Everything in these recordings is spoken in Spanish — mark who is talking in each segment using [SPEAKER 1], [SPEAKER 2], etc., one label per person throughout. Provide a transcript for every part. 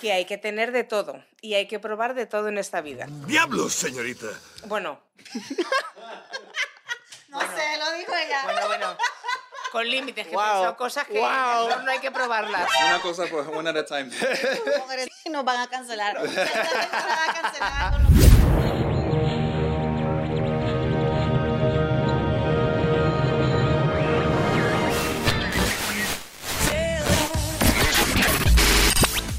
[SPEAKER 1] que hay que tener de todo y hay que probar de todo en esta vida.
[SPEAKER 2] ¡Diablos, señorita!
[SPEAKER 1] Bueno,
[SPEAKER 3] No sé, lo dijo ella.
[SPEAKER 1] bueno, bueno. Con límites, que he
[SPEAKER 4] Wow.
[SPEAKER 1] pensado cosas que
[SPEAKER 4] Wow.
[SPEAKER 1] no, no hay que probarlas.
[SPEAKER 5] Una cosa por one at a time.
[SPEAKER 3] Mujeres, Nos van a cancelar. Nos van a cancelar con lo-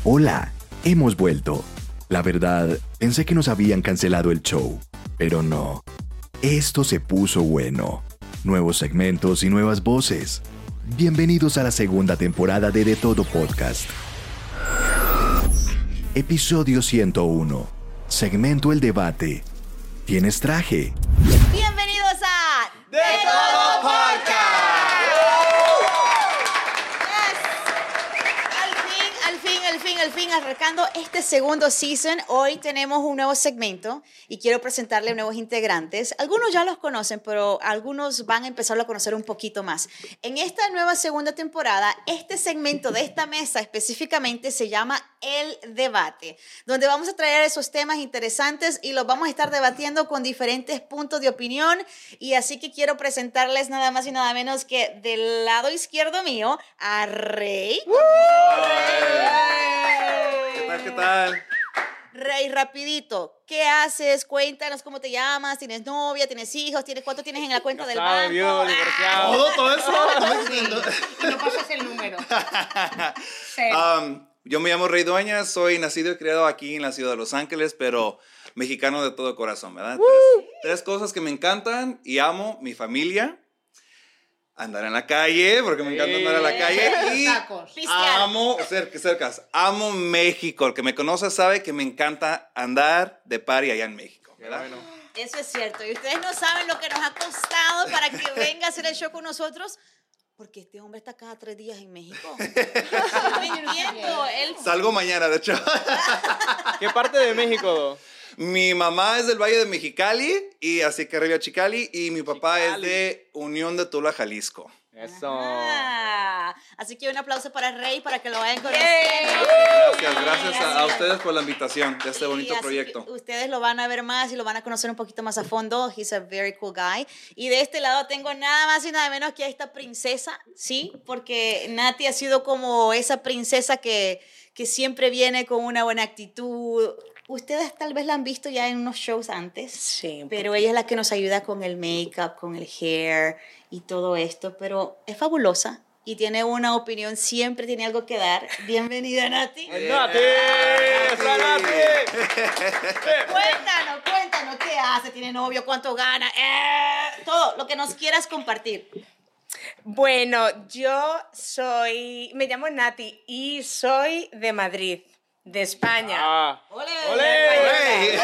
[SPEAKER 6] Hola, hemos vuelto. La verdad, pensé que nos habían cancelado el show, pero no. Esto se puso bueno. Nuevos segmentos y nuevas voces. Bienvenidos a la segunda temporada de De Todo Podcast. Episodio 101. Segmento El Debate. ¿Tienes traje?
[SPEAKER 3] Bienvenidos a
[SPEAKER 4] ¡De todo podcast!
[SPEAKER 3] Al fin, al fin, al fin, al fin, arrancando este segundo season, hoy tenemos un nuevo segmento y quiero presentarle nuevos integrantes. Algunos ya los conocen, pero algunos van a empezarlo a conocer un poquito más. En esta nueva segunda temporada, este segmento de esta mesa específicamente se llama El Debate, donde vamos a traer esos temas interesantes y los vamos a estar debatiendo con diferentes puntos de opinión. Y así que quiero presentarles nada más y nada menos que del lado izquierdo mío a Rey.
[SPEAKER 5] ¿Qué tal? ¿Qué tal?
[SPEAKER 3] Rey, rapidito, ¿qué haces? Cuéntanos cómo te llamas, tienes novia, tienes hijos, ¿Tienes, cuánto tienes en la cuenta del
[SPEAKER 4] Casado,
[SPEAKER 3] banco.
[SPEAKER 4] viudo,
[SPEAKER 3] Ah,
[SPEAKER 4] divorciado.
[SPEAKER 5] ¿Todo, todo eso?
[SPEAKER 7] Y no pasas el número. Cero.
[SPEAKER 5] Um, yo me llamo Rey Dueñas, soy nacido y criado aquí en la ciudad de Los Ángeles, pero mexicano de todo corazón, ¿verdad? Tres, tres cosas que me encantan y amo, mi familia, andar en la calle, porque me encanta andar en la calle, y
[SPEAKER 7] Tacos.
[SPEAKER 3] pistear.
[SPEAKER 5] amo, cerca, cercas, amo México. El que me conoce sabe que me encanta andar de party allá en México, ¿verdad?
[SPEAKER 3] Eso es cierto. Y ustedes no saben lo que nos ha costado para que venga a hacer el show con nosotros. Porque este hombre está cada tres días en México. No entiendo. Él
[SPEAKER 5] Salgo mañana, de hecho.
[SPEAKER 4] ¿Qué parte de México?
[SPEAKER 5] Mi mamá es del Valle de Mexicali y así que arriba Chicali y mi papá es de Unión de Tula, Jalisco.
[SPEAKER 4] Eso.
[SPEAKER 3] Ah, así que un aplauso para Rey para que lo vayan conociendo.
[SPEAKER 5] Gracias, gracias a, a ustedes por la invitación de
[SPEAKER 3] Sí,
[SPEAKER 5] este bonito
[SPEAKER 3] así
[SPEAKER 5] proyecto.
[SPEAKER 3] que Ustedes lo van a ver más y lo van a conocer un poquito más a fondo. He's a very cool guy. Y de este lado tengo nada más y nada menos que a esta princesa, ¿sí? Porque Nati ha sido como esa princesa que, que siempre viene con una buena actitud. Ustedes tal vez la han visto ya en unos shows antes.
[SPEAKER 1] Sí, un
[SPEAKER 3] Pero ella es la que nos ayuda con el make-up, con el hair y todo esto. Pero es fabulosa y tiene una opinión, siempre tiene algo que dar. Bienvenida, Nati.
[SPEAKER 4] ¡Ay, Nati! ¡Esa Nati!
[SPEAKER 3] Cuéntanos, cuéntanos, ¿qué hace? ¿Tiene novio? ¿Cuánto gana? Eh, todo lo que nos quieras compartir.
[SPEAKER 1] Bueno, yo soy, me llamo Nati y soy de Madrid, de España.
[SPEAKER 4] Ah.
[SPEAKER 3] ¡Ole!
[SPEAKER 4] ¡Olé!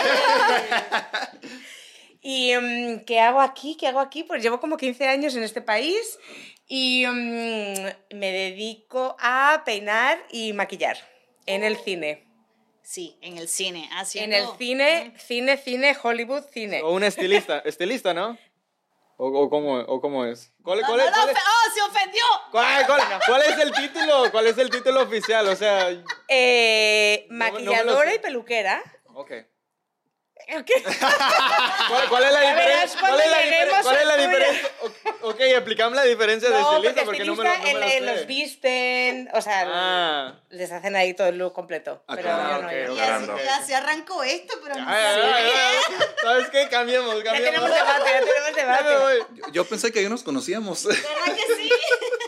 [SPEAKER 1] ¿Y mm, qué hago aquí? ¿Qué hago aquí? Pues llevo como 15 años en este país y mm, me dedico a peinar y maquillar en el cine.
[SPEAKER 3] Sí, en el cine.
[SPEAKER 1] En
[SPEAKER 3] haciendo-
[SPEAKER 1] el cine, cine, cine, Hollywood, cine.
[SPEAKER 4] O un estilista. ¿Estilista, no? ¿O, o cómo, ¿O cómo es? ¿Cuál,
[SPEAKER 3] No,
[SPEAKER 4] cuál,
[SPEAKER 3] no,
[SPEAKER 4] es-
[SPEAKER 3] no,
[SPEAKER 4] cuál es-
[SPEAKER 3] fe- ¡Oh, se ofendió!
[SPEAKER 4] cuál- cuál- cuál es el título? ¿Cuál es el título oficial? O sea,
[SPEAKER 1] Eh,
[SPEAKER 4] No me- no me lo
[SPEAKER 1] maquilladora
[SPEAKER 4] sé.
[SPEAKER 1] y peluquera.
[SPEAKER 4] ok.
[SPEAKER 1] ¿Qué?
[SPEAKER 4] ¿Cuál, cuál es la
[SPEAKER 1] Ya verás
[SPEAKER 4] diferencia? ¿Cuál es
[SPEAKER 1] cuando
[SPEAKER 4] la, diferen-
[SPEAKER 1] lleguemos
[SPEAKER 4] cuál es la
[SPEAKER 1] al tuyo.
[SPEAKER 4] diferencia? O- Ok, explicame la diferencia de
[SPEAKER 1] No,
[SPEAKER 4] estilista
[SPEAKER 1] porque
[SPEAKER 4] porque no me lo,
[SPEAKER 1] estilista,
[SPEAKER 4] no me lo
[SPEAKER 1] el-
[SPEAKER 4] sé.
[SPEAKER 1] los visten, o sea,
[SPEAKER 4] Ah.
[SPEAKER 1] les hacen ahí todo el look completo.
[SPEAKER 5] Ah,
[SPEAKER 1] pero
[SPEAKER 5] claro,
[SPEAKER 1] yo no.
[SPEAKER 4] ok,
[SPEAKER 1] yo no.
[SPEAKER 3] Y
[SPEAKER 4] ok.
[SPEAKER 3] así,
[SPEAKER 5] Claro.
[SPEAKER 3] y así arrancó esto, pero no
[SPEAKER 4] Ay, ay,
[SPEAKER 3] sé.
[SPEAKER 4] ay, ay. ¿Sabes qué? Cambiemos,
[SPEAKER 1] Ya tenemos
[SPEAKER 4] cambiemos.
[SPEAKER 1] debate, ya tenemos
[SPEAKER 4] Ya me
[SPEAKER 1] debate.
[SPEAKER 4] voy.
[SPEAKER 5] Yo, yo pensé que ya nos conocíamos.
[SPEAKER 3] ¿Verdad que sí?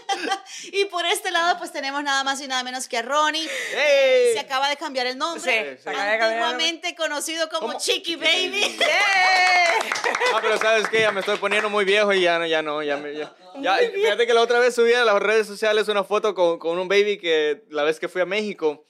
[SPEAKER 3] y por este lado, pues tenemos nada más y nada menos que a Ronnie.
[SPEAKER 4] ¡Ey!
[SPEAKER 3] Se acaba de cambiar el nombre.
[SPEAKER 4] Sí, se
[SPEAKER 1] acaba de cambiar el nombre.
[SPEAKER 3] Antiguamente conocido como
[SPEAKER 4] ¿Cómo?
[SPEAKER 3] Chiqui Baby.
[SPEAKER 1] ¡Eh!
[SPEAKER 4] Ah, pero sabes que ya me estoy poniendo muy viejo y ya no, ya no, ya me. Ya, ya- fíjate que la otra vez subí a las redes sociales una foto con, con un baby que la vez que fui a México.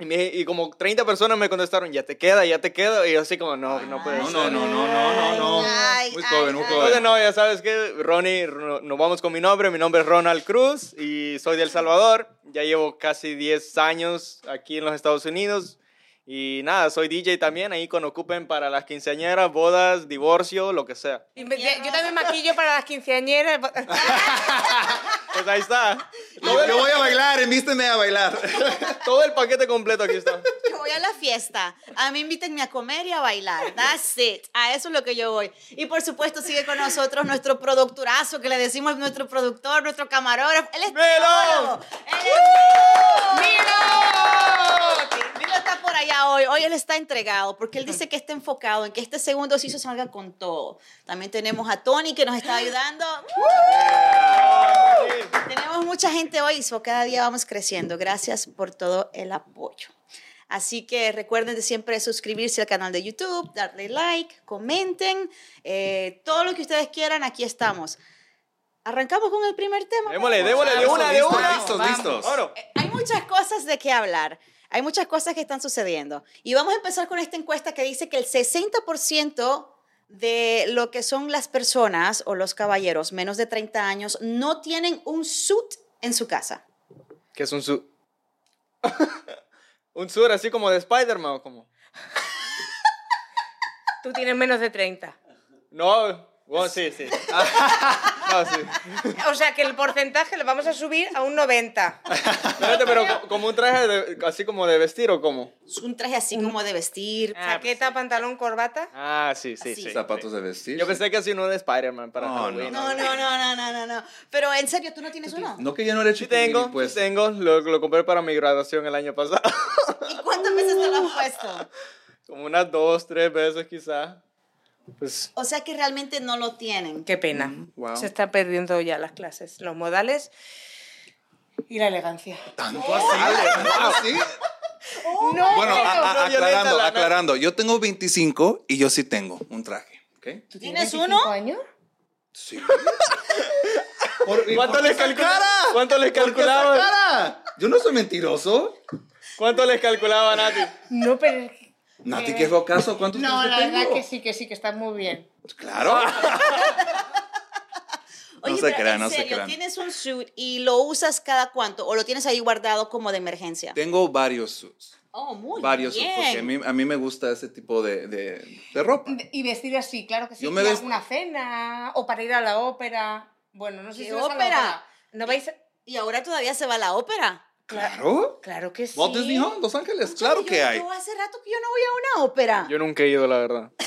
[SPEAKER 4] Y, me- y como 30 personas me contestaron, ya te queda, ya te queda. Y yo así como, no, no puede
[SPEAKER 5] No,
[SPEAKER 4] ser.
[SPEAKER 5] no, no, no, no, no, no.
[SPEAKER 3] Ay,
[SPEAKER 5] Muy
[SPEAKER 3] ay,
[SPEAKER 5] joven, muy
[SPEAKER 3] ay.
[SPEAKER 4] Entonces,
[SPEAKER 5] joven.
[SPEAKER 4] no, ya sabes que Ronnie, no- nos vamos con mi nombre. Mi nombre es Ronald Cruz y soy de El Salvador. Ya llevo casi 10 años aquí en los Estados Unidos Y nada, soy DJ también, ahí con Ocupen para las quinceañeras, bodas, divorcio, lo que sea.
[SPEAKER 1] Y me- Yo también maquillo para las quinceañeras.
[SPEAKER 4] Pues ahí está.
[SPEAKER 5] Yo, yo voy a bailar, envísteme a bailar.
[SPEAKER 4] Todo el paquete completo aquí está.
[SPEAKER 3] Yo voy a la fiesta. A mí invítenme a comer y a bailar. That's it. A eso es lo que yo voy. Y por supuesto, sigue con nosotros nuestro productorazo, que le decimos nuestro productor, nuestro camarógrafo. Él es
[SPEAKER 4] ¡Milo!
[SPEAKER 3] teólogo. Él es- ¡Milo! Milo está por allá hoy. Hoy él está entregado porque él dice que está enfocado en que este segundo siso salga con todo. También tenemos a Tony que nos está ayudando. Tenemos mucha gente hoy, so cada día vamos creciendo. Gracias por todo el apoyo. Así que recuerden de siempre suscribirse al canal de YouTube, darle like, comenten, eh, todo lo que ustedes quieran, aquí estamos. Arrancamos con el primer tema.
[SPEAKER 4] Démosle,
[SPEAKER 3] Vamos.
[SPEAKER 4] démosle, de una, de
[SPEAKER 5] Listos,
[SPEAKER 4] una.
[SPEAKER 5] listos,
[SPEAKER 4] Vamos.
[SPEAKER 5] listos.
[SPEAKER 4] Oro.
[SPEAKER 3] Eh, Hay muchas cosas de qué hablar. Hay muchas cosas que están sucediendo. Y vamos a empezar con esta encuesta que dice que el 60% de lo que son las personas o los caballeros menos de 30 años no tienen un suit en su casa.
[SPEAKER 4] Que es un sur. un sur así como de Spider-Man o como.
[SPEAKER 1] Tú tienes menos de 30.
[SPEAKER 4] No, bueno, sí, sí. Ah, no, sí.
[SPEAKER 1] O sea que el porcentaje lo vamos a subir a un
[SPEAKER 4] Ah,
[SPEAKER 1] 90.
[SPEAKER 4] Espérate, pero co- como un traje de- así como de vestir o como.
[SPEAKER 3] Es Un traje así como de vestir.
[SPEAKER 4] Ah, pues
[SPEAKER 1] Chaqueta, pantalón, corbata.
[SPEAKER 4] Ah, sí, sí,
[SPEAKER 3] Así.
[SPEAKER 4] sí.
[SPEAKER 5] Zapatos de vestir.
[SPEAKER 4] Yo pensé que así uno de Spider-Man para
[SPEAKER 5] No,
[SPEAKER 4] Halloween.
[SPEAKER 5] no,
[SPEAKER 3] No, no, no, no, no, no, no. Pero en serio, ¿tú no tienes uno?
[SPEAKER 5] No que yo no le
[SPEAKER 4] Sí
[SPEAKER 5] eché
[SPEAKER 4] tengo,
[SPEAKER 5] pues.
[SPEAKER 4] sí tengo. Lo, lo compré para mi graduación el año pasado.
[SPEAKER 3] ¿Y cuántas veces te lo has puesto?
[SPEAKER 4] como unas dos, tres veces quizás. Pues
[SPEAKER 3] O sea que realmente no lo tienen.
[SPEAKER 1] Qué pena.
[SPEAKER 4] Mm,
[SPEAKER 5] wow.
[SPEAKER 1] Se está perdiendo ya las clases, los modales y la elegancia.
[SPEAKER 5] Tanto así. ¿Tanto así?
[SPEAKER 1] No,
[SPEAKER 5] Bueno, a- a-
[SPEAKER 4] No, Violeta,
[SPEAKER 5] aclarando,
[SPEAKER 4] la-
[SPEAKER 5] aclarando. Yo tengo 25 y yo sí tengo un traje. ¿Ok?
[SPEAKER 1] ¿Tú
[SPEAKER 3] ¿Tienes
[SPEAKER 1] 25
[SPEAKER 3] uno?
[SPEAKER 1] años?
[SPEAKER 5] Sí.
[SPEAKER 4] ¿Cuánto les calculaban? ¿Cuánto les
[SPEAKER 7] Ah,
[SPEAKER 4] calculaban?
[SPEAKER 5] Yo no soy mentiroso.
[SPEAKER 4] ¿Cuánto les calculaban a ti?
[SPEAKER 1] No, pero...
[SPEAKER 5] Nati, ¿qué fue caso? ¿Cuántos
[SPEAKER 7] Eh, No,
[SPEAKER 5] años
[SPEAKER 7] la verdad
[SPEAKER 5] tengo? Pues
[SPEAKER 7] que sí, que sí, que está muy bien. Ah.
[SPEAKER 5] Claro. No se
[SPEAKER 3] pero
[SPEAKER 5] crean,
[SPEAKER 3] en
[SPEAKER 5] no se
[SPEAKER 3] serio,
[SPEAKER 5] crean.
[SPEAKER 3] ¿Tienes un suit y lo usas cada cuánto o lo tienes ahí guardado como de emergencia?
[SPEAKER 5] Tengo varios suits.
[SPEAKER 3] oh, muy
[SPEAKER 5] varios suits,
[SPEAKER 3] bien.
[SPEAKER 5] porque a mí, a mí me gusta ese tipo de, de, de ropa.
[SPEAKER 7] Y vestir así, claro que sí.
[SPEAKER 5] Yo me
[SPEAKER 7] y
[SPEAKER 5] ves-
[SPEAKER 7] alguna cena o para ir a la ópera. Bueno, no sé
[SPEAKER 3] ¿Qué
[SPEAKER 7] si vas a la
[SPEAKER 3] ópera?
[SPEAKER 1] ¿No vais a-
[SPEAKER 3] Y ahora todavía se va a la ópera.
[SPEAKER 5] Claro.
[SPEAKER 1] Claro que sí.
[SPEAKER 5] Walt Disney Home, Los Ángeles, Pues claro
[SPEAKER 3] Yo-
[SPEAKER 5] que hay.
[SPEAKER 3] Yo hace rato que yo no voy a una ópera.
[SPEAKER 4] Yo nunca he ido, la verdad.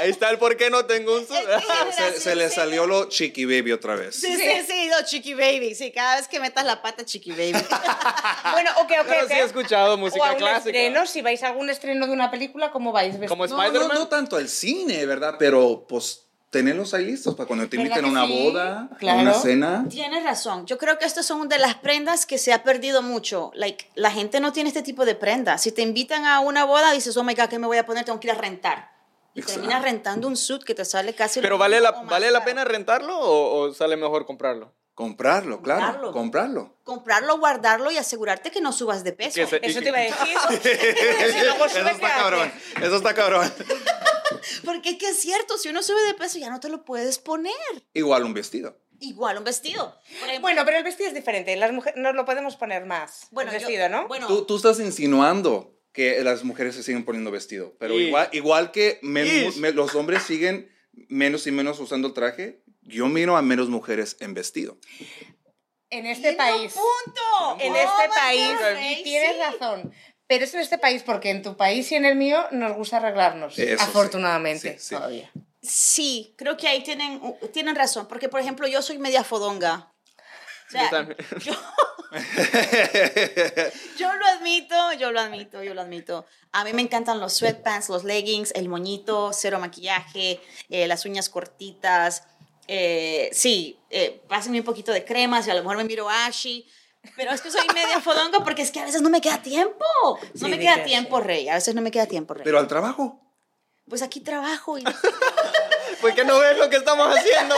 [SPEAKER 4] Ahí está el por qué no tengo un sur.
[SPEAKER 3] Es que-
[SPEAKER 5] Ah, Se, se le salió lo chiqui baby otra vez.
[SPEAKER 3] Sí, sí, sí, lo chiqui baby. Sí, cada vez que metas la pata, chiqui baby.
[SPEAKER 1] Bueno, ok, ok,
[SPEAKER 4] Pero
[SPEAKER 1] ok.
[SPEAKER 4] sí he escuchado
[SPEAKER 1] o a
[SPEAKER 4] música
[SPEAKER 1] un
[SPEAKER 4] clásica.
[SPEAKER 1] estreno, si vais a algún estreno de una película, ¿cómo vais?
[SPEAKER 4] Como
[SPEAKER 5] No, no,
[SPEAKER 4] Spider-Man.
[SPEAKER 5] no tanto al cine, ¿verdad? Pero pues tenerlos ahí listos para cuando te
[SPEAKER 7] ¿Verdad
[SPEAKER 5] inviten
[SPEAKER 7] que
[SPEAKER 5] a una
[SPEAKER 7] sí?
[SPEAKER 5] boda, a
[SPEAKER 7] Claro.
[SPEAKER 5] una cena.
[SPEAKER 3] Tienes razón. Yo creo que estas son de las prendas que se ha perdido mucho. Like, la gente no tiene este tipo de prendas. Si te invitan a una boda, dices, oh my God, ¿qué me voy a poner? Tengo que ir a rentar. Y
[SPEAKER 5] Exacto.
[SPEAKER 3] terminas rentando un suit que te sale casi... lo
[SPEAKER 4] Pero vale la,
[SPEAKER 3] mismo o más
[SPEAKER 4] ¿vale la
[SPEAKER 3] caro.
[SPEAKER 4] pena rentarlo o, o sale mejor comprarlo?
[SPEAKER 5] Comprarlo, claro.
[SPEAKER 3] Comprarlo.
[SPEAKER 5] Comprarlo.
[SPEAKER 3] Comprarlo, guardarlo y asegurarte que no subas de peso.
[SPEAKER 4] Que se-
[SPEAKER 1] Eso te iba a decir. Si luego sube, ¿qué haces?
[SPEAKER 5] Eso está cabrón.
[SPEAKER 3] Porque es que es cierto, si uno sube de peso ya no te lo puedes poner.
[SPEAKER 5] Igual un vestido.
[SPEAKER 3] Igual un vestido. Por ejemplo,
[SPEAKER 1] Bueno, pero el vestido es diferente. Las mujeres nos lo podemos poner más. Bueno, el
[SPEAKER 3] yo-
[SPEAKER 1] vestido, ¿no?
[SPEAKER 3] Bueno,
[SPEAKER 5] Tú, tú estás insinuando que las mujeres se siguen poniendo vestido, pero
[SPEAKER 4] Ish.
[SPEAKER 5] igual, igual que me-
[SPEAKER 4] Ish.
[SPEAKER 5] me- los hombres siguen menos y menos usando el traje, yo miro a menos mujeres en vestido.
[SPEAKER 7] En este
[SPEAKER 3] lindo
[SPEAKER 7] país.
[SPEAKER 3] punto.
[SPEAKER 1] en
[SPEAKER 3] Oh
[SPEAKER 1] este
[SPEAKER 3] my
[SPEAKER 1] país
[SPEAKER 3] God, Rey,
[SPEAKER 7] Y tienes
[SPEAKER 3] sí.
[SPEAKER 7] razón. Pero es en este país, porque en tu país y en el mío nos gusta arreglarnos.
[SPEAKER 5] Eso sí.
[SPEAKER 7] afortunadamente.
[SPEAKER 5] Sí, sí.
[SPEAKER 7] Todavía.
[SPEAKER 3] Sí, creo que ahí tienen, tienen razón, porque por ejemplo yo soy media fodonga. O sea,
[SPEAKER 4] Yo también.
[SPEAKER 3] yo lo admito, yo lo admito, yo lo admito. A mí me encantan los sweatpants, los leggings, el moñito, cero maquillaje, eh, las uñas cortitas. eh, sí, eh, pásenme un poquito de cremas y a lo mejor me miro ashy. Pero es que soy media fodonga porque es que a veces no me queda tiempo. No
[SPEAKER 1] Sí, de
[SPEAKER 3] me queda
[SPEAKER 1] que
[SPEAKER 3] tiempo, Rey. A veces no me queda tiempo, Rey.
[SPEAKER 5] Pero al trabajo.
[SPEAKER 3] pues aquí trabajo y
[SPEAKER 4] ¿Por qué no ves lo que estamos haciendo?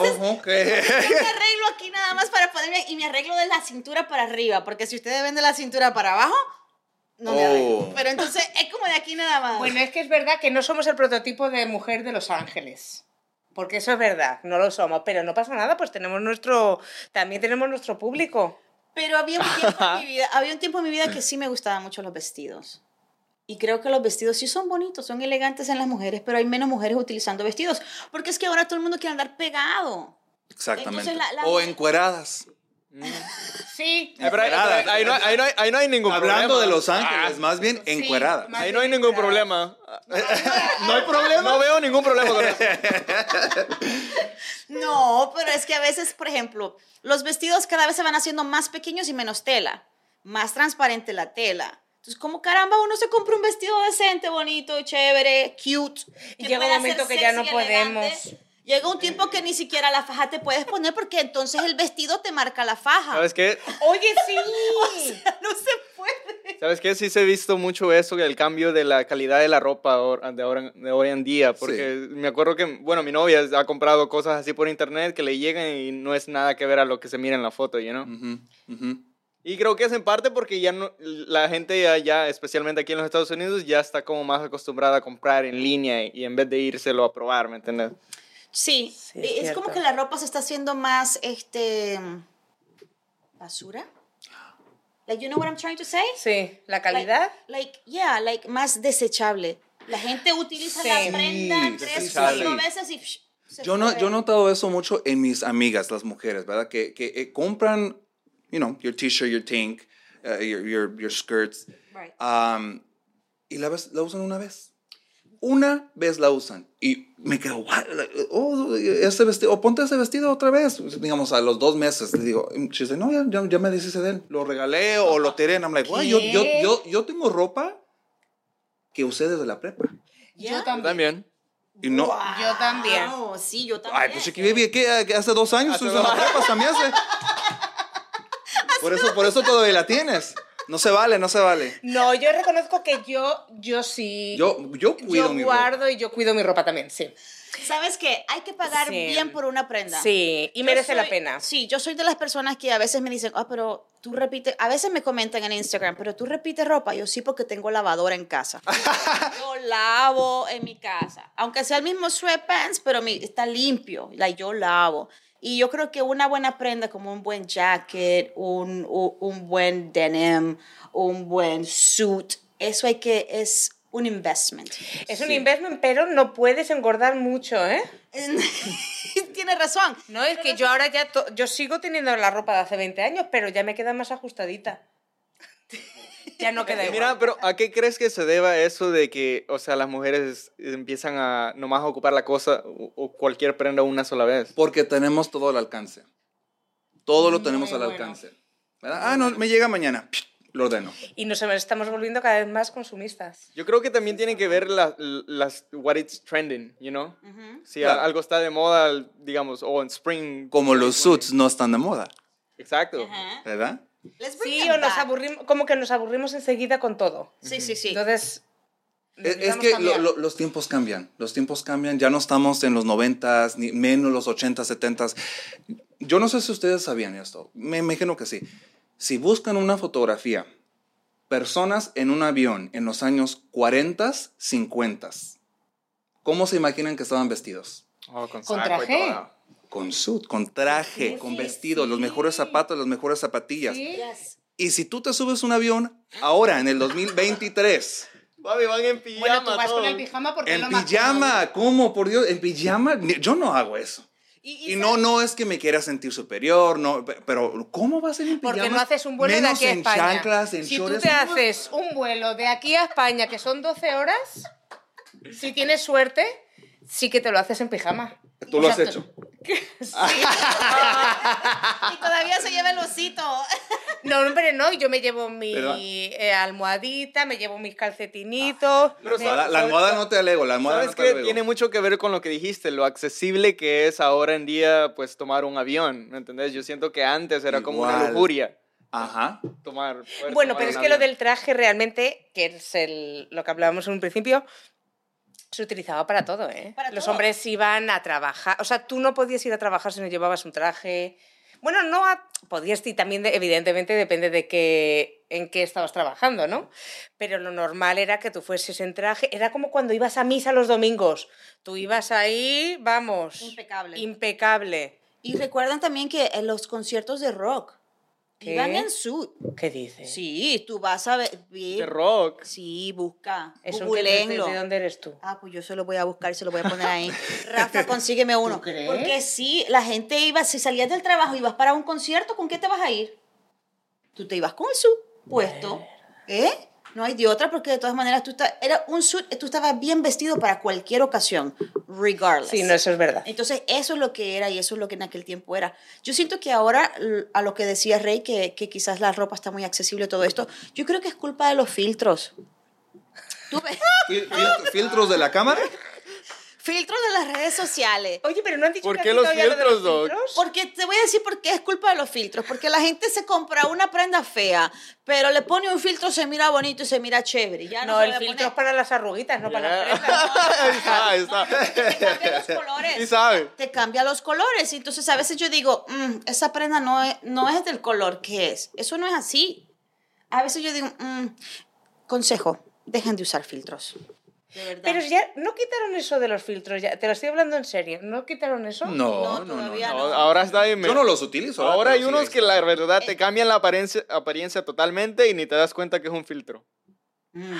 [SPEAKER 5] Ojo, que-
[SPEAKER 3] Yo me arreglo aquí nada más para ponerme y me arreglo de la cintura para arriba, porque si ustedes ven de la cintura para abajo, no me
[SPEAKER 5] Oh.
[SPEAKER 3] arreglo. Pero entonces es como de aquí nada más.
[SPEAKER 7] Bueno, es que es verdad que no somos el prototipo de mujer de Los Ángeles.
[SPEAKER 1] Porque eso es verdad, no lo somos, pero no pasa nada, pues tenemos nuestro, también tenemos nuestro público.
[SPEAKER 3] Pero había un, tiempo en mi vida, había un tiempo en mi vida que sí me gustaban mucho los vestidos. Y creo que los vestidos sí son bonitos, son elegantes en las mujeres, pero hay menos mujeres utilizando vestidos. Porque es que ahora todo el mundo quiere andar pegado.
[SPEAKER 5] Exactamente.
[SPEAKER 3] Entonces, la- la-
[SPEAKER 5] O encueradas.
[SPEAKER 7] Sí.
[SPEAKER 4] Ay, Eh, pero ahí-
[SPEAKER 5] Nada.
[SPEAKER 4] pero ahí no hay- ahí no hay- ahí no hay ningún problema. Ah.
[SPEAKER 5] Hablando de Los Ángeles, más bien encueradas.
[SPEAKER 7] más-
[SPEAKER 4] Ahí no hay ningún problema. ¿No hay problema? No veo ningún problema con eso.
[SPEAKER 3] No, pero es que a veces, por ejemplo, los vestidos cada vez se van haciendo más pequeños y menos tela, más transparente la tela. Entonces, como caramba, uno se compra un vestido decente, bonito, chévere, cute.
[SPEAKER 1] Y
[SPEAKER 3] que
[SPEAKER 1] llega un
[SPEAKER 3] pueda
[SPEAKER 1] momento
[SPEAKER 3] ser
[SPEAKER 1] que ya
[SPEAKER 3] sexy
[SPEAKER 1] no
[SPEAKER 3] y elegante.
[SPEAKER 1] podemos.
[SPEAKER 3] Llega un tiempo que ni siquiera la faja te puedes poner porque entonces el vestido te marca la faja.
[SPEAKER 4] ¿Sabes qué?
[SPEAKER 1] Oye, sí.
[SPEAKER 3] No se puede.
[SPEAKER 4] ¿Sabes qué? Sí se ha visto mucho eso, el cambio de la calidad de la ropa ahora- de ahora, en- de hoy en día, porque me acuerdo que, bueno, mi novia ha comprado cosas así por internet que le llegan y no es nada que ver a lo que se mira en la foto, ¿you know?
[SPEAKER 5] Ujú, ujú.
[SPEAKER 4] Y creo que es en parte porque ya no, la gente ya, ya, especialmente aquí en los Estados Unidos, ya está como más acostumbrada a comprar en línea y, y en vez de írselo a probar, ¿me entiendes?
[SPEAKER 3] Sí,
[SPEAKER 1] Sí, es
[SPEAKER 3] es, como
[SPEAKER 1] cierto.
[SPEAKER 3] que la ropa se está haciendo más, este, basura. Like, you know what I'm trying to say?
[SPEAKER 1] Sí, la calidad.
[SPEAKER 3] Like, like, yeah, like más desechable. La gente utiliza
[SPEAKER 1] Sí.
[SPEAKER 3] la prenda tres,
[SPEAKER 5] desechable.
[SPEAKER 3] cuatro veces y psh, se
[SPEAKER 5] Yo, no,
[SPEAKER 3] fue.
[SPEAKER 5] yo he notado eso mucho en mis amigas, las mujeres, ¿verdad? Que, que eh, compran, you know, your t-shirt, your tank, uh, your, your, your skirts,
[SPEAKER 3] Right.
[SPEAKER 5] um, y la, ves- la usan una vez. Una vez la usan. Y me quedo, "What?" Like, oh, ese vestido, o ponte ese vestido otra vez. Digamos, a los dos meses. Le digo, she said, no, ya, ya, ya me deshice de él. Lo regalé o lo tiré. And I'm like, "Why? yo, yo,
[SPEAKER 1] ¿Qué?
[SPEAKER 5] yo, yo tengo ropa que usé desde la prepa.
[SPEAKER 3] Yeah.
[SPEAKER 7] Yo también.
[SPEAKER 4] También.
[SPEAKER 5] Y no,
[SPEAKER 7] Yo también.
[SPEAKER 3] Wow, Ah, oh, sí, yo también.
[SPEAKER 5] Ay, pues Chiqui Baby, ¿qué? ¿Qué? Hace dos años
[SPEAKER 4] Hace
[SPEAKER 5] tus papas también hace. Por eso, por eso todavía la tienes. No se vale, no se vale.
[SPEAKER 1] No, yo reconozco que yo, yo sí.
[SPEAKER 5] Yo, yo cuido
[SPEAKER 1] yo
[SPEAKER 5] mi ropa.
[SPEAKER 1] guardo y yo cuido mi ropa también, sí.
[SPEAKER 3] ¿Sabes qué? Hay que pagar
[SPEAKER 1] Sí.
[SPEAKER 3] bien por una prenda.
[SPEAKER 1] Sí, y
[SPEAKER 3] Yo
[SPEAKER 1] merece la
[SPEAKER 3] soy-
[SPEAKER 1] pena.
[SPEAKER 3] Sí, yo soy de las personas que a veces me dicen, ah, pero tú repites, a veces me comentan en Instagram, pero tú repites ropa. Yo sí, porque tengo lavadora en casa. yo lavo en mi casa. Aunque sea el mismo sweatpants, pero mi, está limpio. La, yo lavo. Y yo creo que una buena prenda, como un buen jacket, un, u- un buen denim, un buen suit, eso hay que, es un investment.
[SPEAKER 1] Es un investment, pero no puedes engordar mucho, ¿eh?
[SPEAKER 3] Tiene razón.
[SPEAKER 1] No, es que yo ahora ya, to- yo sigo teniendo la ropa de hace 20 años, pero ya me queda más ajustadita. ya no queda igual.
[SPEAKER 4] Mira, pero ¿a qué crees que se deba eso de que, o sea, las mujeres empiezan a nomás a ocupar la cosa o, o cualquier prenda una sola vez?
[SPEAKER 5] Porque tenemos todo al alcance. Todo lo tenemos
[SPEAKER 1] Muy
[SPEAKER 5] al
[SPEAKER 1] bueno.
[SPEAKER 5] alcance. ¿Verdad? Ah, no, me llega mañana. Lo ordeno.
[SPEAKER 1] Y nos em, estamos volviendo cada vez más consumistas.
[SPEAKER 4] Yo creo que también tiene que ver la- las what it's trending, you know? Si a-
[SPEAKER 5] Claro.
[SPEAKER 4] algo está de moda, digamos, o en spring.
[SPEAKER 5] Como los suits no están de moda,
[SPEAKER 4] Exacto.
[SPEAKER 3] Ajá.
[SPEAKER 5] ¿verdad?
[SPEAKER 3] Let's bring
[SPEAKER 1] Sí,
[SPEAKER 3] them
[SPEAKER 1] o nos
[SPEAKER 3] back.
[SPEAKER 1] aburrimos, como que nos aburrimos enseguida con todo.
[SPEAKER 3] Sí, sí, sí.
[SPEAKER 1] Entonces,
[SPEAKER 5] E, Es, es
[SPEAKER 1] necesitamos
[SPEAKER 5] que
[SPEAKER 1] cambiar.
[SPEAKER 5] lo- lo- los tiempos cambian, los tiempos cambian, ya no estamos en los 90s, ni menos los 80s, 70s. Yo no sé si ustedes sabían esto, me imagino que sí. Si buscan una fotografía, personas en un avión en los años 40s, 50s, ¿cómo se imaginan que estaban vestidos?
[SPEAKER 4] Oh, con
[SPEAKER 7] Con
[SPEAKER 4] saco y
[SPEAKER 7] traje.
[SPEAKER 4] todo.
[SPEAKER 5] Con suit, con traje,
[SPEAKER 1] Sí,
[SPEAKER 5] con
[SPEAKER 1] sí,
[SPEAKER 5] vestido,
[SPEAKER 1] sí.
[SPEAKER 5] los mejores zapatos, las mejores zapatillas.
[SPEAKER 7] Sí.
[SPEAKER 3] Yes.
[SPEAKER 5] Y si tú te subes a un avión ahora, en el 2023,
[SPEAKER 4] Papi, van en pijama.
[SPEAKER 7] Bueno, tú vas
[SPEAKER 4] todos.
[SPEAKER 7] con el pijama porque es
[SPEAKER 5] en
[SPEAKER 7] lo más
[SPEAKER 5] pijama, ¿cómo? Por Dios, en pijama, Ni- yo no hago eso.
[SPEAKER 3] Y,
[SPEAKER 5] Y no, no es que me quiera sentir superior, no, pe- pero ¿cómo vas a ir en pijama?
[SPEAKER 1] porque no haces un vuelo de
[SPEAKER 5] Menos
[SPEAKER 1] aquí a
[SPEAKER 5] en
[SPEAKER 1] España.
[SPEAKER 5] chanclas, en
[SPEAKER 1] si
[SPEAKER 5] shorts.
[SPEAKER 1] tú te haces un vuelo de aquí a España, que son 12 horas, si tienes suerte, sí que te lo haces en pijama.
[SPEAKER 5] Tú lo has
[SPEAKER 1] Exacto.
[SPEAKER 5] hecho.
[SPEAKER 3] y todavía se lleva el osito.
[SPEAKER 1] No, hombre, no, yo me llevo mi
[SPEAKER 5] ¿Verdad?
[SPEAKER 1] eh, almohadita, me llevo mis calcetinitos.
[SPEAKER 4] Pero
[SPEAKER 1] me-
[SPEAKER 5] Ah, La, almohada- la almohada no te alego, la almohada
[SPEAKER 4] ¿Sabes
[SPEAKER 5] no te
[SPEAKER 4] qué?
[SPEAKER 5] alego.
[SPEAKER 4] Tiene mucho que ver con lo que dijiste, lo accesible que es ahora en día, pues, tomar un avión, ¿me entendés? Yo siento que antes era como una
[SPEAKER 5] Igual.
[SPEAKER 4] lujuria
[SPEAKER 5] Ajá.
[SPEAKER 4] tomar... poder
[SPEAKER 1] Bueno,
[SPEAKER 4] tomar
[SPEAKER 1] pero es
[SPEAKER 4] un
[SPEAKER 1] que lo
[SPEAKER 4] avión.
[SPEAKER 1] del traje realmente, que es el- lo que hablábamos en un principio, se utilizaba para todo, ¿eh?
[SPEAKER 3] Para
[SPEAKER 1] Los
[SPEAKER 3] todo.
[SPEAKER 1] hombres iban a trabajar, o sea, tú no podías ir a trabajar si no llevabas un traje. Bueno, no a- podías ir también, de- evidentemente, depende de qué, en qué estabas trabajando, ¿no? Pero lo normal era que tú fueses en traje. Era como cuando ibas a misa los domingos. Tú ibas ahí, vamos.
[SPEAKER 3] Impecable.
[SPEAKER 1] Impecable.
[SPEAKER 3] Y recuerdan también que en los conciertos de rock,
[SPEAKER 1] ¿Qué?
[SPEAKER 3] Iban en suit.
[SPEAKER 1] ¿Qué dices?
[SPEAKER 3] Sí, tú vas a ver. vi-
[SPEAKER 4] De Este rock.
[SPEAKER 3] Sí, busca.
[SPEAKER 1] Es un
[SPEAKER 3] googleenlo.
[SPEAKER 1] ¿De dónde eres tú?
[SPEAKER 3] Ah, pues yo se lo voy a buscar y se lo voy a poner ahí. Rafa, consígueme uno.
[SPEAKER 1] crees?
[SPEAKER 3] Porque sí, la gente iba, si salías del trabajo y vas para un concierto, ¿con qué te vas a ir? Tú te ibas con el suit puesto. ¿Eh? No hay de otra porque de todas maneras tú, esta- era un suit, tú estabas bien vestido para cualquier ocasión, regardless.
[SPEAKER 1] Sí, no, eso es verdad.
[SPEAKER 3] Entonces, eso es lo que era y eso es lo que en aquel tiempo era. Yo siento que ahora, l- a lo que decía Rey, que, que quizás la ropa está muy accesible, todo esto, yo creo que es culpa de los filtros. Tú ves,
[SPEAKER 5] Fil- fil- ¿Filtros de la cámara?
[SPEAKER 3] filtros de las redes sociales.
[SPEAKER 1] Oye, pero no han dicho
[SPEAKER 4] ¿Por
[SPEAKER 1] que
[SPEAKER 4] qué
[SPEAKER 1] aquí
[SPEAKER 4] los
[SPEAKER 1] todavía lo de
[SPEAKER 4] filtros,
[SPEAKER 1] los
[SPEAKER 4] Doc?
[SPEAKER 1] filtros?
[SPEAKER 3] Porque te voy a decir por qué es culpa de los filtros. Porque la gente se compra una prenda fea, pero le pone un filtro, se mira bonito y se mira chévere. Ya no,
[SPEAKER 1] No,
[SPEAKER 3] se
[SPEAKER 1] el
[SPEAKER 3] lo voy a
[SPEAKER 1] filtro es
[SPEAKER 3] poner.
[SPEAKER 1] para las arruguitas, no para las prendas.
[SPEAKER 4] Ahí está, ahí está.
[SPEAKER 3] Te cambian los colores.
[SPEAKER 4] Sí sabe.
[SPEAKER 3] Te cambia los colores. Y Entonces a veces yo digo, "Mm, esa prenda no es, no es del color que es. Eso no es así. A veces yo digo, "Mm, consejo, dejen de usar filtros. De verdad.
[SPEAKER 1] Pero ya no quitaron eso de los filtros, ya. te lo estoy hablando en serio. ¿No quitaron eso?
[SPEAKER 5] No,
[SPEAKER 3] No,
[SPEAKER 5] no, no.
[SPEAKER 3] todavía
[SPEAKER 5] no.
[SPEAKER 4] No, ahora está bien.
[SPEAKER 5] Yo no los utilizo.
[SPEAKER 4] Ahora hay
[SPEAKER 5] pero sí
[SPEAKER 4] unos que la verdad
[SPEAKER 3] Eh.
[SPEAKER 4] te cambian la apariencia, apariencia totalmente y ni te das cuenta que es un filtro.
[SPEAKER 3] Mm.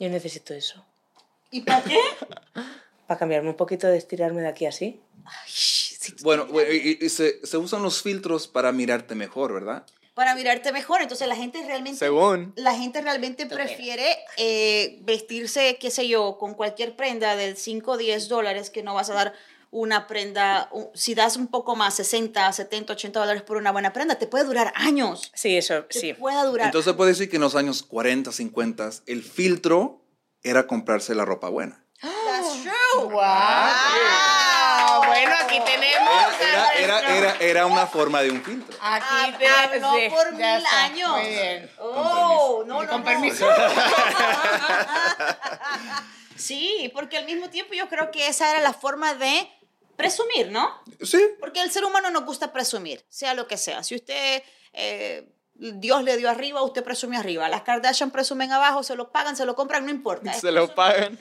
[SPEAKER 1] Yo necesito eso.
[SPEAKER 3] ¿Y para qué?
[SPEAKER 1] Para cambiarme un poquito de estirarme de aquí así.
[SPEAKER 5] Bueno, bueno, y, y se, se usan los filtros para mirarte mejor, ¿verdad?
[SPEAKER 3] Para mirarte mejor. Entonces la gente realmente...
[SPEAKER 4] Según.
[SPEAKER 3] La gente realmente prefiere eh, vestirse, qué sé yo, con cualquier prenda de 5 o 10 dólares que no vas a dar una prenda, u- si das un poco más, 60, 70, 80 dólares por una buena prenda, te puede durar años.
[SPEAKER 1] Sí, eso,
[SPEAKER 3] Te
[SPEAKER 1] sí.
[SPEAKER 3] puede durar.
[SPEAKER 5] Entonces puede decir que en los años 40, 50, el filtro era comprarse la ropa buena.
[SPEAKER 3] That's true.
[SPEAKER 1] Ah, bueno, aquí tenemos.
[SPEAKER 5] Era, era, era, era una forma de un filtro.
[SPEAKER 3] Ah,
[SPEAKER 1] Aquí
[SPEAKER 3] habló
[SPEAKER 1] sí,
[SPEAKER 3] por mil
[SPEAKER 1] ya está.
[SPEAKER 3] años.
[SPEAKER 1] Muy bien.
[SPEAKER 3] Oh, no, no,
[SPEAKER 1] Con
[SPEAKER 3] no.
[SPEAKER 1] permiso.
[SPEAKER 3] sí, porque al mismo tiempo yo creo que esa era la forma de presumir, ¿no?
[SPEAKER 5] Sí.
[SPEAKER 3] Porque el ser humano nos gusta presumir, sea lo que sea. Si usted, eh, Dios le dio arriba, usted presume arriba. Las Kardashian presumen abajo, se lo pagan, se lo compran, no importa.
[SPEAKER 4] Se lo pagan.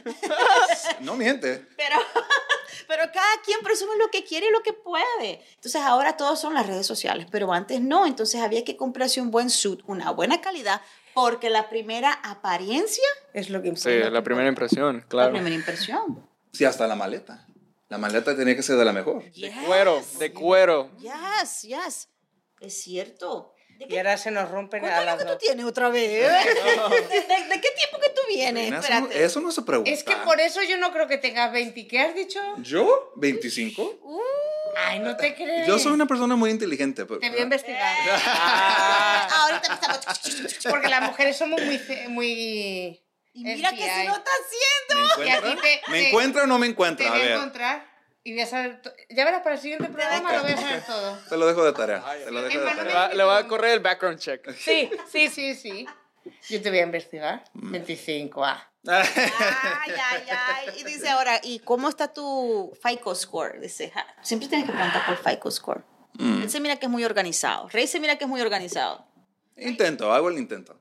[SPEAKER 5] No miente.
[SPEAKER 3] Pero, pero cada quien presume lo que quiere y lo que puede. Entonces ahora todos son las redes sociales, pero antes no. Entonces había que comprarse un buen suit, una buena calidad, porque la primera apariencia,
[SPEAKER 1] Es lo que
[SPEAKER 4] Sí, la primera impresión,
[SPEAKER 3] la
[SPEAKER 4] claro.
[SPEAKER 3] primera impresión.
[SPEAKER 5] Sí, hasta la maleta. La maleta tenía que ser de la mejor.
[SPEAKER 4] De cuero, de cuero.
[SPEAKER 3] Yes, yes. Es cierto. ¿De
[SPEAKER 1] Y
[SPEAKER 3] qué,
[SPEAKER 1] ahora se nos rompen
[SPEAKER 3] ¿Cuánto
[SPEAKER 1] a
[SPEAKER 3] año
[SPEAKER 1] las
[SPEAKER 3] que tú
[SPEAKER 1] dos.
[SPEAKER 3] tienes otra vez? ¿De, de- de qué tiempo que tú vienes?
[SPEAKER 5] Eso, no-
[SPEAKER 3] Espérate.
[SPEAKER 5] eso no se pregunta.
[SPEAKER 7] Es
[SPEAKER 4] Ah.
[SPEAKER 7] que por eso yo no creo que tengas 20. ¿Qué has dicho?
[SPEAKER 5] ¿Yo? ¿25?
[SPEAKER 7] Ay, no te crees.
[SPEAKER 5] Yo soy una persona muy inteligente. pero-
[SPEAKER 7] Te voy a investigar.
[SPEAKER 3] Ah, ahorita me estamos...
[SPEAKER 7] Porque las mujeres somos muy... ce- muy...
[SPEAKER 3] Y mira que si
[SPEAKER 7] FBI.
[SPEAKER 3] no está haciendo.
[SPEAKER 5] ¿Me
[SPEAKER 7] Y
[SPEAKER 5] encuentra?
[SPEAKER 7] a ti te-
[SPEAKER 5] ¿Me
[SPEAKER 7] te-
[SPEAKER 5] encuentra o no me
[SPEAKER 7] Te
[SPEAKER 5] encuentra? A
[SPEAKER 7] voy a
[SPEAKER 5] ver,
[SPEAKER 7] encontrar y voy a saber... to- Ya verás, para el siguiente programa lo voy a saber todo.
[SPEAKER 5] te lo dejo de tarea. Te lo dejo de
[SPEAKER 7] Hermano,
[SPEAKER 4] Le
[SPEAKER 5] tarea.
[SPEAKER 4] va, le va a correr el background check.
[SPEAKER 7] Sí, sí, sí, sí. Yo te voy a investigar. 25, ah.
[SPEAKER 3] Ay, ay, ay. Y dice ahora, ¿y cómo está tu FICO score? Dice, ja, siempre tienes que preguntar por FICO score. Él se mira que es muy organizado. Rey se mira que es muy organizado.
[SPEAKER 5] Intento, hago el intento.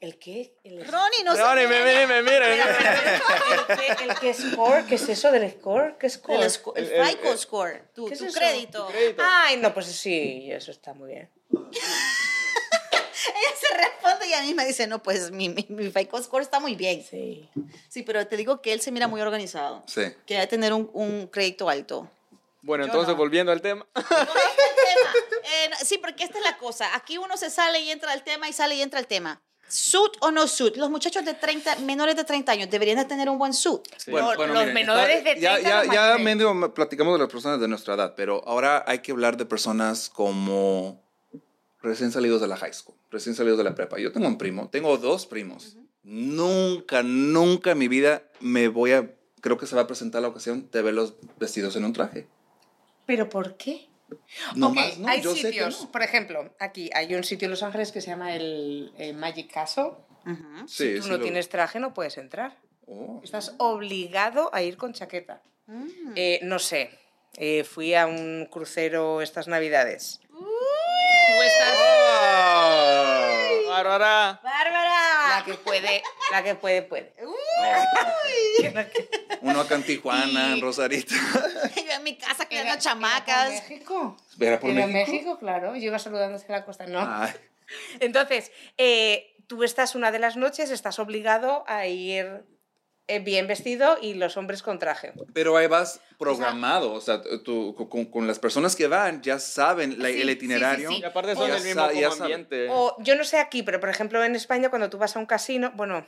[SPEAKER 1] ¿El qué? ¿El,
[SPEAKER 3] Ronnie no
[SPEAKER 4] Ahora,
[SPEAKER 3] se
[SPEAKER 4] me
[SPEAKER 3] mira.
[SPEAKER 4] mira, me mira. me mira.
[SPEAKER 1] el qué, el qué score? ¿Qué es eso del score? ¿Qué score?
[SPEAKER 3] El, sco- el
[SPEAKER 4] El- el-
[SPEAKER 3] FICO score, tu,
[SPEAKER 1] ¿Qué es
[SPEAKER 3] tu
[SPEAKER 1] eso?
[SPEAKER 3] crédito.
[SPEAKER 4] Crédito.
[SPEAKER 1] Ay, no, pues sí, eso está muy bien.
[SPEAKER 3] Ella se responde y a mí me dice, no, pues mi, mi, mi FICO score está muy bien.
[SPEAKER 1] Sí.
[SPEAKER 3] Sí, pero te digo que él se mira muy organizado.
[SPEAKER 5] Sí.
[SPEAKER 3] Que debe tener un, un crédito alto.
[SPEAKER 4] Bueno, entonces volviendo al tema.
[SPEAKER 3] este Eh, no, sí, porque esta es la cosa. Aquí uno se sale y entra al tema y sale y entra al tema. ¿Suit o no suit? Los muchachos de 30, menores de 30 años deberían de tener un buen suit.
[SPEAKER 5] Bueno, bueno,
[SPEAKER 7] los
[SPEAKER 5] miren,
[SPEAKER 7] menores
[SPEAKER 5] está-
[SPEAKER 7] de
[SPEAKER 5] ya,
[SPEAKER 7] 30
[SPEAKER 5] ya,
[SPEAKER 7] no
[SPEAKER 5] ya
[SPEAKER 7] mames.
[SPEAKER 5] medio me- platicamos de las personas de nuestra edad, pero ahora hay que hablar de personas como recién salidos de la high school, recién salidos de la prepa. Yo tengo un primo, tengo dos primos. Nunca, nunca en mi vida me voy a, creo que se va a presentar la ocasión de verlos vestidos en un traje.
[SPEAKER 7] ¿Pero por qué?
[SPEAKER 5] No
[SPEAKER 7] Ok,
[SPEAKER 5] más, no,
[SPEAKER 7] hay
[SPEAKER 5] yo sé que
[SPEAKER 7] sitios,
[SPEAKER 5] no.
[SPEAKER 7] por ejemplo, aquí hay un sitio en Los Ángeles que se llama el, el Magic Castle.
[SPEAKER 3] Ujú.
[SPEAKER 5] Sí,
[SPEAKER 1] Tú
[SPEAKER 5] sí
[SPEAKER 1] no
[SPEAKER 5] lo-
[SPEAKER 1] tienes traje, no puedes entrar.
[SPEAKER 5] Oh.
[SPEAKER 7] Estás obligado a ir con chaqueta.
[SPEAKER 5] Mm.
[SPEAKER 1] Eh, no sé. Eh, fui a un crucero estas navidades. Tú estás
[SPEAKER 4] Bárbara.
[SPEAKER 3] ¡Bárbara!
[SPEAKER 1] la que puede, la que puede, puede.
[SPEAKER 5] No.
[SPEAKER 1] La que-
[SPEAKER 5] uno acá en Tijuana,
[SPEAKER 3] Y-
[SPEAKER 5] en Rosarito.
[SPEAKER 3] Yo en mi casa
[SPEAKER 1] Era-
[SPEAKER 3] creando
[SPEAKER 1] era por
[SPEAKER 3] chamacas.
[SPEAKER 1] México.
[SPEAKER 5] Espera por
[SPEAKER 1] Era
[SPEAKER 5] México.
[SPEAKER 1] México, claro. Yo iba saludándose en la costa, ¿no?
[SPEAKER 5] Ay,
[SPEAKER 1] Entonces, eh, tú estás una de las noches, estás obligado a ir eh, bien vestido y los hombres con traje.
[SPEAKER 5] pero ahí vas programado, o sea, tú- con, con las personas que van ya saben la-
[SPEAKER 1] Sí, sí,
[SPEAKER 5] el
[SPEAKER 1] sí,
[SPEAKER 5] itinerario.
[SPEAKER 1] sí.
[SPEAKER 4] Y aparte son
[SPEAKER 5] Ya
[SPEAKER 4] del mismo
[SPEAKER 5] sa-
[SPEAKER 4] como
[SPEAKER 5] ya saben.
[SPEAKER 4] ambiente.
[SPEAKER 1] O yo no sé aquí, pero por ejemplo en España cuando tú vas a un casino, bueno,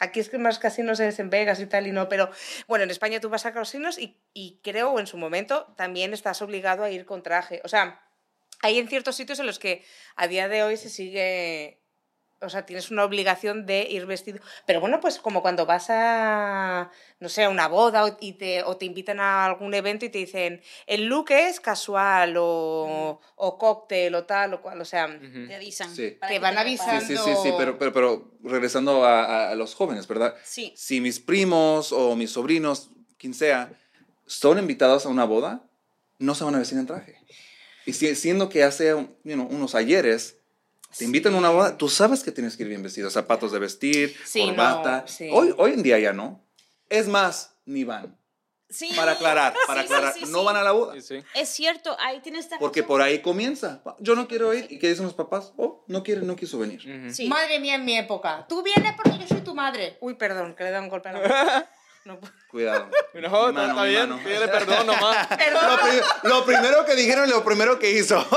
[SPEAKER 1] aquí es que más casinos es en Vegas y tal y no, pero bueno, en España tú vas a casinos y, y creo o en su momento también estás obligado a ir con traje. O sea, hay en ciertos sitios en los que a día de hoy se sigue... O sea, tienes una obligación de ir vestido. Pero bueno, pues como cuando vas a, no sé, a una boda o, y te, o te invitan a algún evento y te dicen, el look es casual o, o cóctel o tal o cual. O sea,
[SPEAKER 4] Ujú.
[SPEAKER 3] Te avisan.
[SPEAKER 5] Sí.
[SPEAKER 3] para
[SPEAKER 1] Te
[SPEAKER 3] que
[SPEAKER 1] van
[SPEAKER 5] Sí,
[SPEAKER 1] avisando.
[SPEAKER 5] sí, sí, sí, pero, pero, pero regresando a, a- a los jóvenes, ¿verdad?
[SPEAKER 3] Sí.
[SPEAKER 5] Si mis primos o mis sobrinos, quien sea, son invitados a una boda, no se van a vestir en traje. Y si- siendo que hace you know, unos ayeres te invitan a una boda, tú sabes que tienes que ir bien vestido, zapatos de vestir,
[SPEAKER 1] Sí, no,
[SPEAKER 5] corbata.
[SPEAKER 1] sí.
[SPEAKER 5] Hoy, hoy en día ya no. Es más, ni van.
[SPEAKER 3] Sí.
[SPEAKER 5] Para aclarar, para
[SPEAKER 3] Sí, sí,
[SPEAKER 5] aclarar,
[SPEAKER 3] sí,
[SPEAKER 5] no
[SPEAKER 3] sí.
[SPEAKER 5] van a la boda.
[SPEAKER 4] Sí, sí.
[SPEAKER 3] Es cierto, ahí tienes esta
[SPEAKER 5] Porque por ahí comienza. Yo no quiero ir. ¿Y qué dicen los papás? Oh, no quiere, no quiso venir.
[SPEAKER 4] Ujú.
[SPEAKER 3] Sí.
[SPEAKER 1] Madre mía, en mi época. Tú vienes porque yo soy tu madre. Uy, perdón, que le he dado un golpe a la mano. No puedo.
[SPEAKER 5] Cuidado.
[SPEAKER 4] No,
[SPEAKER 5] Mi
[SPEAKER 4] está-
[SPEAKER 5] mano,
[SPEAKER 4] está
[SPEAKER 5] mi
[SPEAKER 4] bien,
[SPEAKER 5] mano.
[SPEAKER 4] pídele perdón nomás.
[SPEAKER 5] Lo,
[SPEAKER 1] Perdón,
[SPEAKER 5] pri- lo primero que dijeron, lo primero que hizo.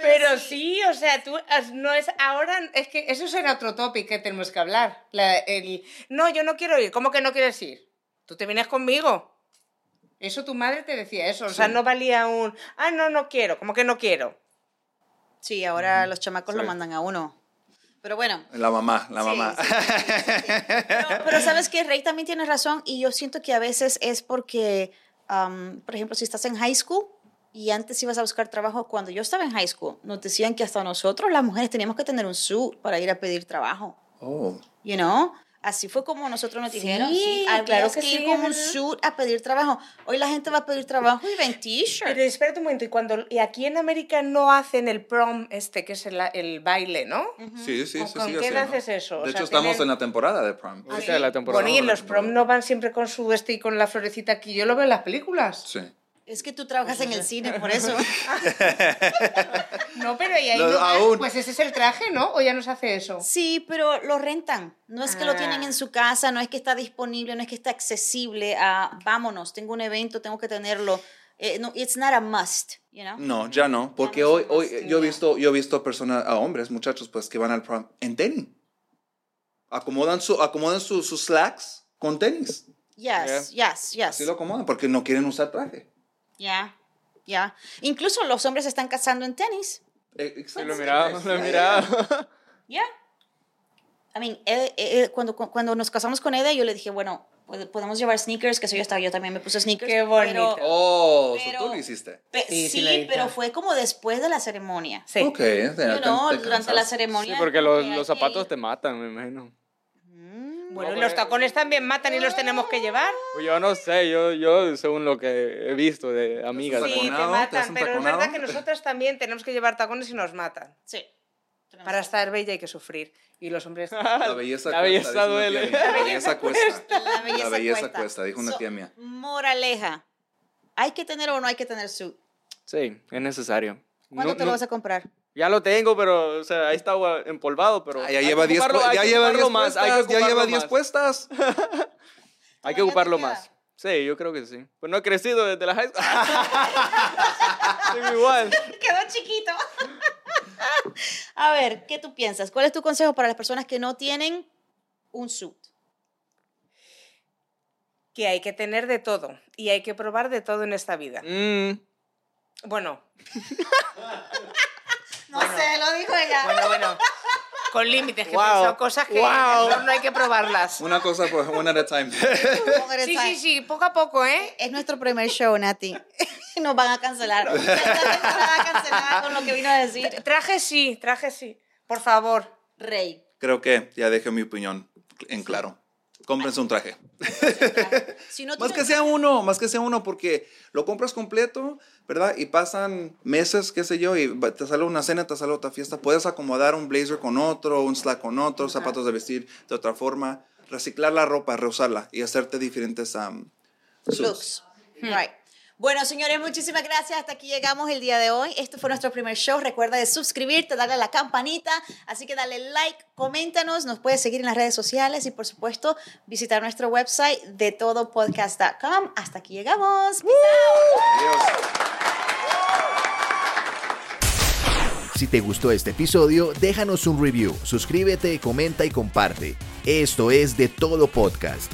[SPEAKER 1] pero sí, o sea, tú as- no es ahora, es que eso será otro topic que tenemos que hablar. La- el, no, yo no quiero ir. ¿Cómo que no quieres ir? Tú te vienes conmigo. Eso tu madre te decía eso. O sea, no valía un, ah, no, no quiero. ¿Cómo que no quiero?
[SPEAKER 3] Sí, ahora los chamacos lo
[SPEAKER 5] Sí.
[SPEAKER 3] mandan a uno. Pero bueno.
[SPEAKER 5] La mamá, la
[SPEAKER 3] Sí,
[SPEAKER 5] mamá.
[SPEAKER 3] sí, Pero, pero sabes que Rey también tiene razón y yo siento que a veces es porque, am, por ejemplo, si estás en high school y antes ibas a buscar trabajo, cuando yo estaba en high school, nos decían que hasta nosotros las mujeres teníamos que tener un suit para ir a pedir trabajo,
[SPEAKER 5] Oh,
[SPEAKER 3] you know? Así fue como nosotros nos dijeron,
[SPEAKER 1] Sí,
[SPEAKER 3] sí, habías
[SPEAKER 1] claro que
[SPEAKER 3] que ir
[SPEAKER 1] sí,
[SPEAKER 3] con
[SPEAKER 1] es
[SPEAKER 3] un
[SPEAKER 1] verdad.
[SPEAKER 3] suit a pedir trabajo. Hoy la gente va a pedir trabajo y va en
[SPEAKER 1] Pero
[SPEAKER 3] t-shirt.
[SPEAKER 1] espérate un momento, y cuando y aquí en América no hacen el prom este, que es el, el baile, ¿no?
[SPEAKER 5] sí, sí,
[SPEAKER 1] ¿Con-
[SPEAKER 5] sí.
[SPEAKER 1] con
[SPEAKER 5] sí,
[SPEAKER 1] qué
[SPEAKER 5] sí,
[SPEAKER 1] edad
[SPEAKER 5] ¿no?
[SPEAKER 1] es eso? O sea,
[SPEAKER 5] De
[SPEAKER 1] Ah.
[SPEAKER 5] hecho, estamos
[SPEAKER 1] tener-
[SPEAKER 5] en la temporada de prom.
[SPEAKER 4] Ahorita de la temporada.
[SPEAKER 1] Bueno, y en los prom no van siempre con su este y con la florecita aquí. Yo lo veo en las películas.
[SPEAKER 5] Sí.
[SPEAKER 3] Es que tú trabajas en el cine, por eso.
[SPEAKER 1] No, pero y ahí
[SPEAKER 5] Lo-
[SPEAKER 1] no van.
[SPEAKER 5] aún.
[SPEAKER 1] Pues ese es el traje, ¿no? O ya no se hace eso.
[SPEAKER 3] Sí, pero lo rentan. No es que lo tienen
[SPEAKER 1] Ah.
[SPEAKER 3] en su casa, no es que está disponible, no es que está accesible a vámonos, tengo un evento, tengo que tenerlo. Eh, no, it's not a must, you know?
[SPEAKER 5] No, ya no. Porque
[SPEAKER 3] no
[SPEAKER 5] hoy,
[SPEAKER 3] somos
[SPEAKER 5] hoy yo he visto, yo he visto personas, a hombres, muchachos, pues que van al prom en tenis. Acomodan su, acomodan su- sus slacks con tenis.
[SPEAKER 3] Yes, yes, yes.
[SPEAKER 5] Así lo acomodan porque no quieren usar traje.
[SPEAKER 3] Yeah, yeah. Incluso los hombres se están casando en tenis.
[SPEAKER 5] Eh,
[SPEAKER 4] Sí,
[SPEAKER 5] exacto.
[SPEAKER 4] lo miraba, lo miraba.
[SPEAKER 3] Yeah. I mean, eh, eh, eh, cuando, cu- cuando nos casamos con Eda, yo le dije, bueno, pod- podemos llevar sneakers, que eso yo estaba, yo también me puse sneakers.
[SPEAKER 1] Qué bonito.
[SPEAKER 3] pero-
[SPEAKER 5] Oh,
[SPEAKER 3] Pero-
[SPEAKER 5] so tú lo hiciste.
[SPEAKER 3] pe-
[SPEAKER 1] Sí, sí,
[SPEAKER 3] sí,
[SPEAKER 1] la edita.
[SPEAKER 3] pero fue como después de la ceremonia.
[SPEAKER 1] Sí.
[SPEAKER 5] Ok, eh, te-
[SPEAKER 3] You know,
[SPEAKER 5] te- te
[SPEAKER 3] durante la
[SPEAKER 5] cansaste.
[SPEAKER 4] Sí,
[SPEAKER 3] ceremonia.
[SPEAKER 4] porque los,
[SPEAKER 3] hay
[SPEAKER 4] los
[SPEAKER 3] que
[SPEAKER 4] zapatos
[SPEAKER 3] ir.
[SPEAKER 4] te matan, me imagino.
[SPEAKER 3] Mm.
[SPEAKER 1] Bueno,
[SPEAKER 4] No,
[SPEAKER 1] y los
[SPEAKER 4] pero-
[SPEAKER 1] tacones también matan y los tenemos que llevar.
[SPEAKER 4] Pues Yo no sé, yo, yo según lo que he visto de amigas.
[SPEAKER 5] Sí.
[SPEAKER 1] Sí, te
[SPEAKER 4] bueno,
[SPEAKER 5] taconado, te
[SPEAKER 1] matan.
[SPEAKER 5] hacen
[SPEAKER 1] pero es
[SPEAKER 5] taconado.
[SPEAKER 1] verdad que nosotras también tenemos que llevar tacones y nos matan.
[SPEAKER 3] Sí.
[SPEAKER 1] Para estar bella hay que sufrir. Y los hombres.
[SPEAKER 5] La belleza
[SPEAKER 4] La
[SPEAKER 5] cuesta,
[SPEAKER 4] belleza
[SPEAKER 5] dice una tía
[SPEAKER 4] duele.
[SPEAKER 5] mía. La belleza cuesta.
[SPEAKER 3] La belleza,
[SPEAKER 5] La belleza cuesta, dijo una
[SPEAKER 3] So,
[SPEAKER 5] tía mía.
[SPEAKER 3] Moraleja. ¿Hay que tener o no hay que tener suit?
[SPEAKER 4] Sí, es necesario.
[SPEAKER 3] ¿Cuándo
[SPEAKER 4] No-
[SPEAKER 3] te
[SPEAKER 4] no-
[SPEAKER 3] lo vas a comprar?
[SPEAKER 4] Ya lo tengo, pero o sea, ahí está agua- empolvado, pero
[SPEAKER 5] Ah, ya
[SPEAKER 4] hay que
[SPEAKER 5] lleva 10
[SPEAKER 4] ocuparlo- hay
[SPEAKER 5] ya
[SPEAKER 4] que
[SPEAKER 5] lleva
[SPEAKER 4] ocuparlo
[SPEAKER 5] 10
[SPEAKER 4] más, hay que
[SPEAKER 5] puestas, ya
[SPEAKER 4] ocuparlo
[SPEAKER 5] lleva
[SPEAKER 4] más.
[SPEAKER 5] 10 puestas.
[SPEAKER 4] Hay que
[SPEAKER 3] Todavía te
[SPEAKER 4] ocuparlo
[SPEAKER 3] queda.
[SPEAKER 4] más. Sí, yo creo que sí. Pues no he crecido desde la high school. Sigo igual.
[SPEAKER 3] Quedó chiquito. a ver, ¿qué tú piensas? ¿Cuál es tu consejo para las personas que no tienen un suit?
[SPEAKER 1] Que hay que tener de todo. Y hay que probar de todo en esta vida.
[SPEAKER 4] Mm,
[SPEAKER 1] Bueno,
[SPEAKER 3] No sé, lo dijo ella.
[SPEAKER 1] bueno, bueno. Con límites, que he
[SPEAKER 4] Wow.
[SPEAKER 1] pensado cosas que
[SPEAKER 4] Wow.
[SPEAKER 1] no, no hay que probarlas.
[SPEAKER 5] Una cosa por one at a time.
[SPEAKER 1] Sí, sí, sí, poco a poco, ¿eh?
[SPEAKER 3] Es nuestro primer show, Nati. Nos van a cancelar. Nos van a cancelar con lo que vino a decir.
[SPEAKER 1] Traje sí, traje sí. Por favor.
[SPEAKER 3] Rey.
[SPEAKER 5] Creo que ya dejé mi opinión en claro. Cómprense un traje.
[SPEAKER 3] Si no
[SPEAKER 5] Más
[SPEAKER 3] tienes-
[SPEAKER 5] que sea uno, más que sea uno, porque lo compras completo, ¿verdad? Y pasan meses, qué sé yo, y va- te sale una cena, te sale otra fiesta. Puedes acomodar un blazer con otro, un slack con otro, zapatos de vestir de otra forma. reciclar la ropa, reusarla y hacerte diferentes am, suits.
[SPEAKER 3] Looks. Right. Bueno, señores, muchísimas gracias. Hasta aquí llegamos el día de hoy. Esto fue nuestro primer show. Recuerda de suscribirte, darle a la campanita. Así que dale like, coméntanos, nos puedes seguir en las redes sociales y, por supuesto, visitar nuestro website de todopodcast.com. Hasta aquí llegamos. Peace out.
[SPEAKER 5] Adiós.
[SPEAKER 6] Si te gustó este episodio, déjanos un review, suscríbete, comenta y comparte. Esto es De Todo Podcast.